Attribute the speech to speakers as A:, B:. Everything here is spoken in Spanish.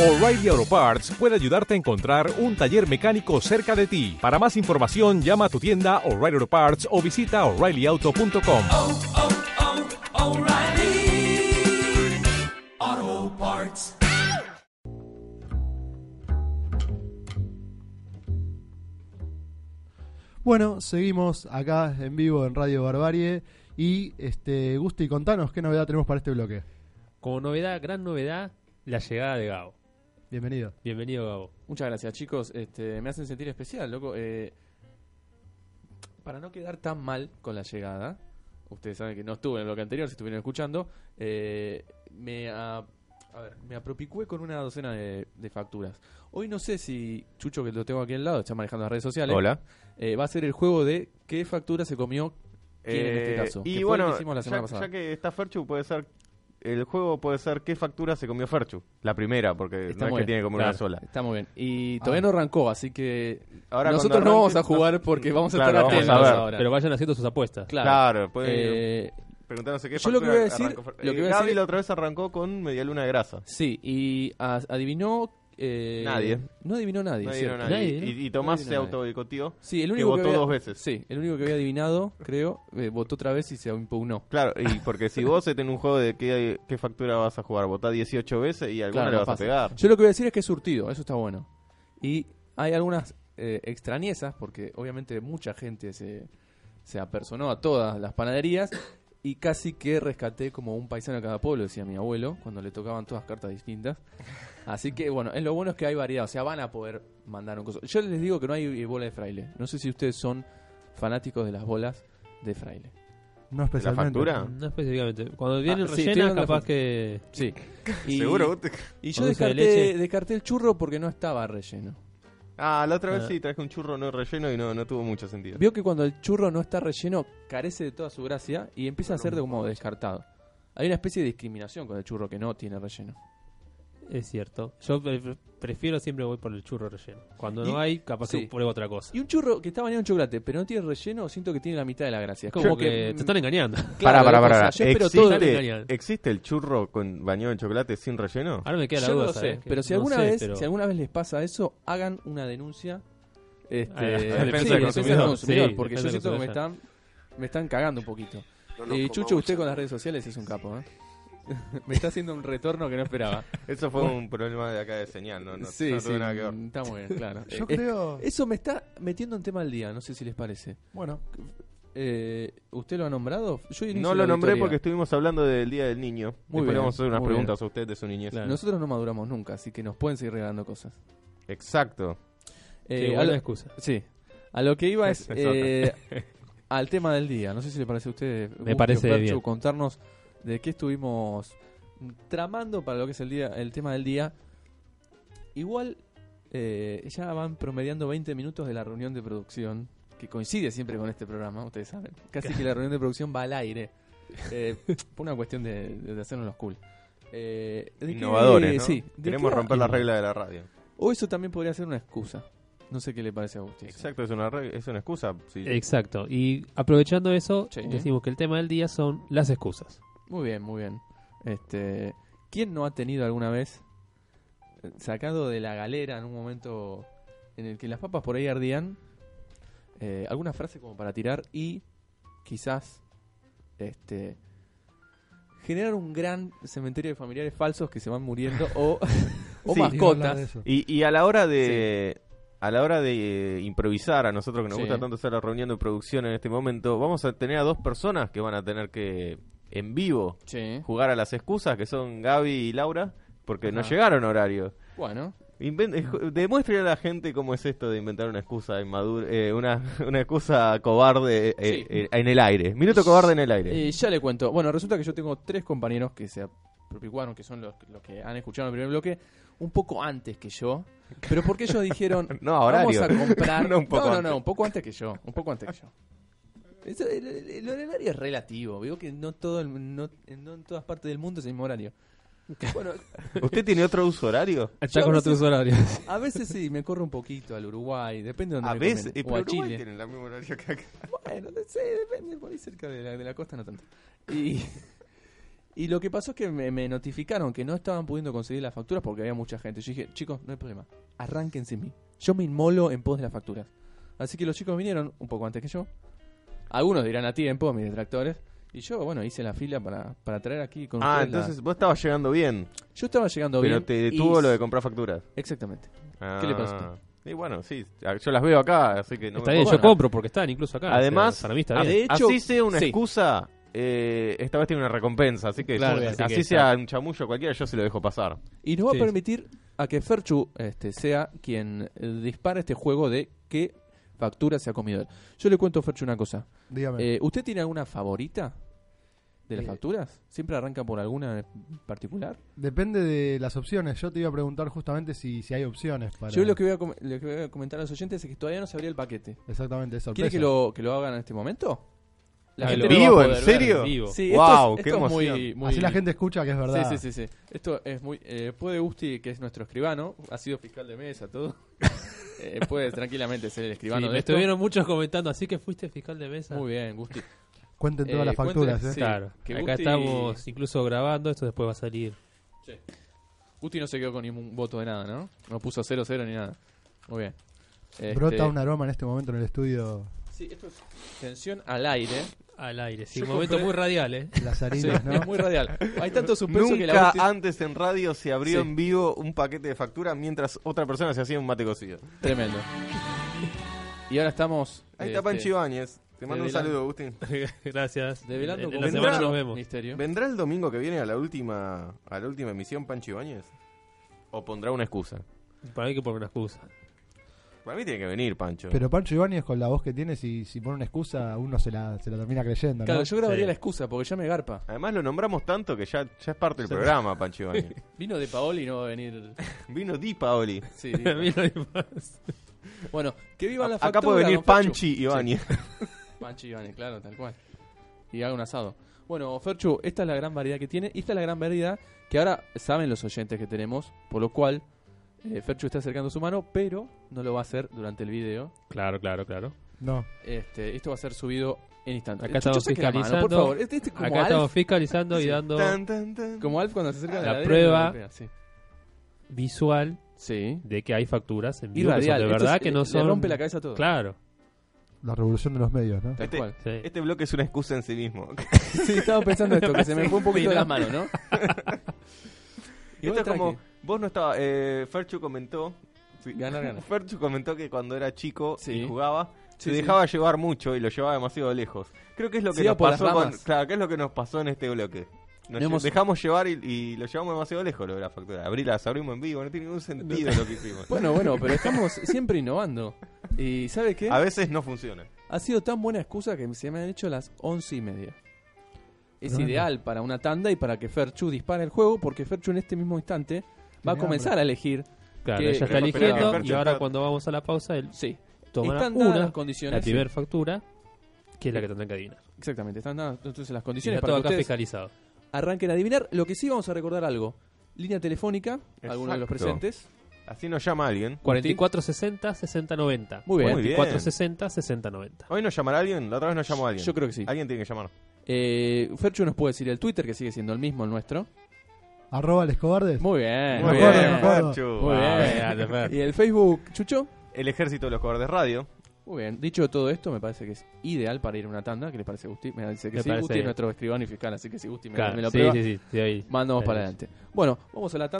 A: O'Reilly Auto Parts puede ayudarte a encontrar un taller mecánico cerca de ti. Para más información, llama a tu tienda O'Reilly Auto Parts o visita oreillyauto.com.
B: oh, oh, O'Reilly. Auto Parts.
C: Bueno, seguimos acá en vivo en Radio Barbarie. Y este, Gusti, contanos qué novedad tenemos para este bloque.
D: Como novedad, gran novedad, la llegada de Gabo.
C: Bienvenido.
D: Bienvenido, Gabo.
E: Muchas gracias, chicos. Este, me hacen sentir especial, loco. Eh, para no quedar tan mal con la llegada, ustedes saben que no estuve en el bloque anterior, si estuvieron escuchando, eh, me, a, a ver, me apropicué con una docena de, de facturas. Hoy no sé si Chucho, que lo tengo aquí al lado, está manejando las redes sociales,
F: Hola.
E: eh, va a ser el juego de qué factura se comió quién en este
F: Eh,
E: caso. que
F: Y
E: fue
F: bueno,
E: el que hicimos la semana
F: ya,
E: pasada.
F: ya que está Ferchu, puede ser. El juego puede ser qué factura se comió Ferchu. La primera, porque
E: Está
F: no
E: muy
F: es que
E: bien,
F: tiene que comer
E: claro,
F: una sola.
E: Está muy bien. Y todavía no arrancó, así que
F: Ahora
E: nosotros
F: cuando
E: no vamos a
F: arranque-
E: jugar porque vamos a
F: Claro,
E: estar
F: vamos a
E: atentos
F: ver.
E: ahora.
D: Pero vayan haciendo sus apuestas.
F: Claro, pueden
E: Eh,
F: preguntar no sé qué
E: yo lo que
F: factura
E: voy a decir-
F: arrancó Fer-
E: lo que
F: Eh,
E: voy a
F: Gaby
E: decir-
F: la otra vez arrancó con media luna de grasa.
E: sí, y a- adivinó... eh,
F: Nadie.
E: No adivinó nadie.
F: No
E: cierto.
F: dieron nadie.
D: Nadie, ¿no?
F: Y, y Tomás
E: No
F: se
E: dieron nadie.
F: autoboicoteó.
E: Sí, el
F: Que
E: único que,
F: votó
E: había-
F: dos veces.
E: Sí, el único que había adivinado, creo, eh, votó otra vez y se impugnó.
F: Claro, y porque si vos tenés un juego de qué, qué factura vas a jugar, votás 18 veces y alguna
E: Claro,
F: le
E: no
F: vas
E: pasa.
F: a pegar.
E: Yo lo que voy a decir es que es surtido, eso está bueno. Y hay algunas eh, extrañezas, porque obviamente mucha gente se, se apersonó a todas las panaderías y casi que rescaté como un paisano de cada pueblo, decía mi abuelo, cuando le tocaban todas cartas distintas. Así que bueno, es lo bueno es que hay variedad, o sea, van a poder mandar un coso. Yo les digo que no hay eh, bola de fraile. No sé si ustedes son fanáticos de las bolas de fraile.
C: No especialmente.
F: factura?
D: No específicamente. Cuando vienen
E: Ah, sí, estoy
D: rellenas,
E: dando la
D: capaz
E: fu-
D: que.
E: Sí. Y-
F: vos te-
E: Y yo
D: Con dulce de
E: descarté,
D: leche.
E: descarté el churro porque no estaba relleno.
F: Ah, la otra vez
D: Ah.
F: sí, traje un churro no relleno y no, no tuvo mucho sentido.
E: Vio que cuando el churro no está relleno, carece de toda su gracia y empieza a ser de como descartado. Hay una especie de discriminación con el churro que no tiene relleno.
D: Es cierto. Yo pre- prefiero siempre voy por el churro relleno. Cuando no
E: Y-
D: hay, capaz
E: sí.
D: que pruebo otra cosa.
E: Y un churro que está bañado en chocolate, pero no tiene relleno, siento que tiene la mitad de la gracia. Es mm,
D: Como que te están engañando.
E: Claro,
F: pará,
E: loco,
F: pará,
E: o sea, yo espero
F: ¿Existe,
E: todo.
D: Daniel.
F: ¿Existe el churro con bañado en chocolate sin relleno?
D: Ahora me queda la
E: Yo no
D: duda.
E: lo
D: ¿sabes?
E: sé,
D: Que
E: pero si
D: no
E: alguna
D: sé,
E: vez,
D: pero-
E: si alguna vez les pasa eso, hagan una denuncia este,
D: A la- a la
E: a
F: defensa del consumidor.
D: Sí,
E: porque
D: defensa
E: yo
D: del
E: siento que me
D: consumidor.
E: están me están cagando un poquito. y Chucho, usted con las redes sociales es un capo, ¿eh? me está haciendo un retorno que no esperaba.
F: Eso fue un problema de acá de señal, no, no,
E: sí,
F: no
E: sí,
F: tuvo nada que ver.
E: está muy bien, claro.
C: Yo
E: Eh,
C: creo.
E: Eso me está metiendo en tema al día, no sé si les parece.
C: Bueno,
E: Eh, ¿Usted lo ha nombrado? Yo inicio
F: No
E: la
F: lo nombré
E: auditoría.
F: porque estuvimos hablando del Día del Niño.
E: Muy
F: Después
E: bien,
F: le vamos a hacer unas
E: muy
F: preguntas a usted de su niñez.
D: Claro.
E: Nosotros no maduramos nunca, así que nos pueden seguir regalando cosas.
F: Exacto.
E: Eh,
D: Sí,
E: a
D: buena
E: lo,
D: excusa.
E: sí. A lo que iba es
F: Es- es
E: eh, al tema del día. No sé si le parece a usted, Gusti o
D: parece bien.
E: contarnos de qué estuvimos tramando para lo que es el día, el tema del día. Igual eh, ya van promediando 20 minutos de la reunión de producción, que coincide siempre con este programa, ustedes saben. Casi que la reunión de producción va al aire. Eh, por una cuestión de, de hacernos los cool. Eh, ¿de qué-
F: Innovadores, ¿no?
E: sí. ¿De
F: Queremos
E: qué-
F: romper la regla de la radio.
E: O eso también podría ser una excusa. No sé qué le parece a Agustín.
F: Exacto, es una, reg- es una excusa. sí.
D: Exacto. Y aprovechando eso,
E: Sí.
D: decimos que el tema del día son las excusas.
E: Muy bien, muy bien. Este, ¿quién no ha tenido alguna vez eh, sacado de la galera en un momento en el que las papas por ahí ardían eh, alguna frase como para tirar y quizás este generar un gran cementerio de familiares falsos que se van muriendo o, o
C: sí, iba a hablar de
E: mascotas?
C: eso.
F: Y, y a la hora de... A la hora de eh, improvisar, a nosotros que nos
E: Sí.
F: gusta tanto hacer la reunión de producción en este momento, vamos a tener a dos personas que van a tener que, en vivo,
E: Sí.
F: jugar a las excusas que son Gaby y Laura porque no
E: Ajá.
F: llegaron a horario.
E: Bueno,
F: Inven- eh, ju- demuéstrenle a la gente cómo es esto de inventar una excusa inmadura, eh, una, una excusa cobarde
E: Sí.
F: eh, eh, en el aire. Minuto cobarde en el aire.
E: Eh, ya le cuento. Bueno, resulta que yo tengo tres compañeros que se apropicuaron, que son los, los que han escuchado el primer bloque, un poco antes que yo. Pero porque ellos dijeron,
F: No, a horario.
E: vamos a comprar...
F: No, un poco
E: no, no,
F: antes.
E: no, un poco antes que yo. Un poco antes que yo. Eso, el, el- el horario es relativo. Veo que no, todo el- no, no en todas partes del mundo es el mismo horario. Bueno,
F: ¿Usted tiene otro uso horario?
D: Está
E: Yo
D: con
E: a
D: otros
E: veces-
D: horarios.
E: a veces sí, me corro un poquito al Uruguay, depende de donde
F: A
E: me
F: veces.
E: conviene,
F: eh, pero
E: o a
F: Uruguay
E: Chile.
F: tiene el mismo horario que acá.
E: Bueno, no sé, depende, por ahí cerca de la, de la costa no tanto. Y, Y lo que pasó es que me, me notificaron que no estaban pudiendo conseguir las facturas porque había mucha gente. Yo dije, chicos, no hay problema, arranquen sin mí. Yo me inmolo en pos de las facturas. Así que los chicos vinieron un poco antes que yo. Algunos dirán a tiempo, mis detractores. Y yo, bueno, hice la fila para, para traer aquí con
F: Ah,
E: ustedes la-
F: entonces vos estabas llegando bien,
E: Yo estaba llegando
F: pero
E: bien.
F: te
E: y-
F: detuvo lo de comprar facturas.
E: Exactamente.
F: Ah.
E: ¿Qué le pasó?
F: Y bueno, sí, a- yo las veo acá, así que no
D: está
F: me
D: bien,
F: puedo-
D: yo compro porque están incluso acá.
F: Además,
D: o sea, para mí está
E: ah,
D: bien.
E: de hecho,
F: así sea una
E: sí.
F: excusa, eh, esta vez tiene una recompensa, así que
D: Claro,
F: yo-
D: así que
F: así
D: está.
F: sea un chamullo cualquiera, yo se lo dejo pasar.
E: Y nos va
D: Sí,
E: a
D: sí.
E: permitir a que Ferchu este, sea quien eh, dispare este juego de qué factura se ha comido él. Yo le cuento a Ferchu una cosa.
C: Dígame.
E: Eh, ¿Usted tiene alguna favorita de las
C: Eh.
E: facturas? ¿Siempre arranca por alguna en particular?
C: Depende de las opciones. Yo te iba a preguntar justamente si, si hay opciones para.
E: Yo lo que, voy a com- lo que voy a comentar a los oyentes es que todavía no se abrió el paquete.
C: Exactamente, es sorpresa.
E: ¿Quiere que lo, que lo hagan en este momento? La
D: Ah,
E: gente
D: ¿en
E: lo va a
F: vivo?
E: poder
F: ¿En
E: ver.
F: serio?
D: Vivo.
E: Sí,
F: Guau,
E: esto es,
F: qué
E: esto es muy-
F: emoción.
E: muy-
C: Así la gente escucha que es verdad.
E: Sí, sí, sí, sí. Esto es muy... Eh, puede Gusti, que es nuestro escribano, ha sido fiscal de mesa, todo. Eh, puede tranquilamente ser el
D: Sí,
E: escribano de
D: me
E: esto.
D: estuvieron muchos comentando, así que fuiste fiscal de mesa.
E: Muy bien, Gusti.
C: Cuenten todas
E: Eh,
C: las facturas.
E: cuente-
C: ¿eh?
E: sí.
D: claro.
E: que
D: acá
E: Gusti-
D: estamos incluso grabando, esto después va a salir.
E: Gusti no se quedó con ningún voto de nada, ¿no? No puso 0-0 ni nada. Muy bien. Este,
C: Brota un aroma en este momento en el estudio.
E: Sí, esto es tensión al aire.
D: Al aire, sí.
E: Yo
D: Un momento
E: compré-
D: muy radial, ¿eh?
C: Las
E: Sí,
C: harinas, ¿no?
E: Es muy radial. Hay tanto suspenso que la
F: Nunca
E: Gusti-
F: antes en radio se abrió
E: Sí.
F: en vivo un paquete de factura mientras otra persona se hacía un mate cocido.
E: Tremendo. Y ahora estamos...
F: Ahí
E: este,
F: está Pancho Ibáñez. Te mando un
E: develando.
F: saludo, Agustín.
D: Gracias.
E: Develando
D: en, en
E: como
D: la
E: un
D: semana
F: gran
D: nos vemos.
E: Misterio.
F: ¿Vendrá el domingo que viene a la última a la última emisión Pancho Ibáñez? ¿O pondrá una excusa?
D: Para mí que poner una excusa.
F: Para mí tiene que venir, Pancho.
C: Pero Pancho Ibáñez, con la voz que tiene, si, si pone una excusa, uno se la, se la termina creyendo. ¿no?
E: Claro, yo grabaría
D: Sí.
E: la excusa porque ya me garpa.
F: Además lo nombramos tanto que ya, ya es parte del programa, Pancho Ibáñez.
E: Vino de Paoli y no va a venir...
F: Vino Di Paoli.
E: Sí,
D: A mí no hay más.
E: Bueno, que viva la
F: A-
E: factura.
F: Acá puede venir
E: don Ferchu.
F: Panchi Ibáñez.
E: Panchi Ivane, claro, tal cual. Y haga un asado. Bueno, Ferchu, esta es la gran variedad que tiene. Y esta es la gran variedad que ahora saben los oyentes que tenemos. Por lo cual, eh, Ferchu está acercando su mano, pero no lo va a hacer durante el video.
D: Claro, claro, claro.
C: No.
E: Este, esto va a ser subido en instante.
D: Acá
E: Chucho,
D: estamos
E: saque la mano, por
D: fiscalizando.
E: favor. Este, este es como,
D: Acá
E: Alf,
D: estamos fiscalizando y dando
F: Tan, tan, tan.
E: como Alf cuando se acerca a
D: La
E: la, heladera,
D: prueba.
E: pero no, sí.
D: visual
E: Sí.
D: de que hay facturas en
E: Y
D: vivo que son
E: radial.
D: de
E: Esto
D: verdad
E: es-
D: que
E: le-
D: no son.
E: Le rompe la cabeza todo.
D: Claro.
C: La revolución de los medios, ¿no?
E: Tal
F: Este-
E: cual.
D: sí.
F: Este bloque es una excusa en sí mismo.
E: Sí, estaba pensando esto, que se me fue un poquito de las manos, ¿no?
F: Esto es
E: Igual
F: como,
E: tranqui.
F: vos no estabas, eh, Ferchu comentó, sí,
E: Ganar, ganar.
F: Ferchu comentó que cuando era chico
E: Sí.
F: y jugaba,
E: Sí,
F: se
E: sí.
F: dejaba llevar mucho y lo llevaba demasiado lejos. Creo que es lo que
E: Se iba
F: nos
E: por las
F: pasó con,
E: ramas.
F: claro, que es lo que nos pasó en este bloque. Nos
E: No hemos-
F: dejamos llevar y, y lo llevamos demasiado lejos lo de la factura. Abrí, las abrimos en vivo, no tiene ningún sentido lo que hicimos.
E: Bueno, bueno, pero estamos siempre innovando. Y ¿sabe qué?
F: A veces no funciona.
E: Ha sido tan buena excusa que se me han hecho las once y media. Es
C: Tremendo.
E: ideal para una tanda y para que Ferchu dispare el juego, porque Ferchu en este mismo instante va a
C: Tiene
E: comenzar a elegir.
D: Claro,
E: que-
D: ella está
E: que-
D: eligiendo
F: que-
D: y ahora cuando vamos a la pausa él
E: Sí,
D: tomará
E: están dadas
D: una,
E: las condiciones.
D: la primera factura, que es la que tendrán que adivinar.
E: sí. Exactamente, están dadas entonces las
D: Y está
E: condiciones
D: todo
E: para que
D: acá
E: ustedes
D: fiscalizado.
E: arranquen a adivinar. Lo que sí vamos a recordar algo. Línea telefónica, algunos de los
F: Exacto.
E: presentes.
F: Así nos llama alguien.
D: 4460 6090.
E: Muy bien.
F: Muy bien.
D: 4460 6090.
F: Hoy nos llamará alguien, la otra vez nos llamó alguien.
E: Yo creo que sí.
F: Alguien tiene que llamar.
E: Eh, Ferchu nos puede decir el Twitter, que sigue siendo el mismo, el nuestro.
C: Arroba les cobardes.
E: Muy bien.
C: Eh, Me acuerdo, me acuerdo.
F: Ferchu.
E: Muy
D: Ah,
E: bien.
D: grande, Fer.
E: ¿Y el Facebook, Chucho?
F: El ejército de los cobardes radio.
E: Muy bien. Dicho todo esto, me parece que es ideal para ir a una tanda. ¿Qué le parece a Gusti? Me dice que
D: Me
E: sí,
D: parece
E: Gusti es
D: bien.
E: nuestro escribano y fiscal, así que si Gusti me,
D: Claro,
E: me lo
D: sí,
E: prueba,
D: sí, sí, sí, ahí.
E: mandamos
D: Ahí
E: para
D: es.
E: adelante. Bueno, vamos a la tanda.